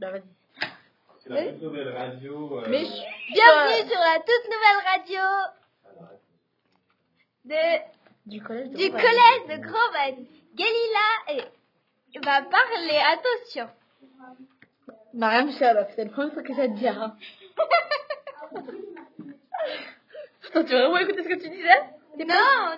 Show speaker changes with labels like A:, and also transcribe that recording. A: Bah, vas-y.
B: C'est la toute nouvelle radio. euh,
A: Mais je-
C: Bienvenue sur la toute nouvelle radio de,
A: du collège de
C: du
A: Rouen.
C: collège de Grosven. Galila eh, va parler, attention.
A: Mariam Sherlock, bah, c'est le premier truc que ça te dire. Hein. Putain, tu veux vraiment écouter ce que tu disais
C: Non,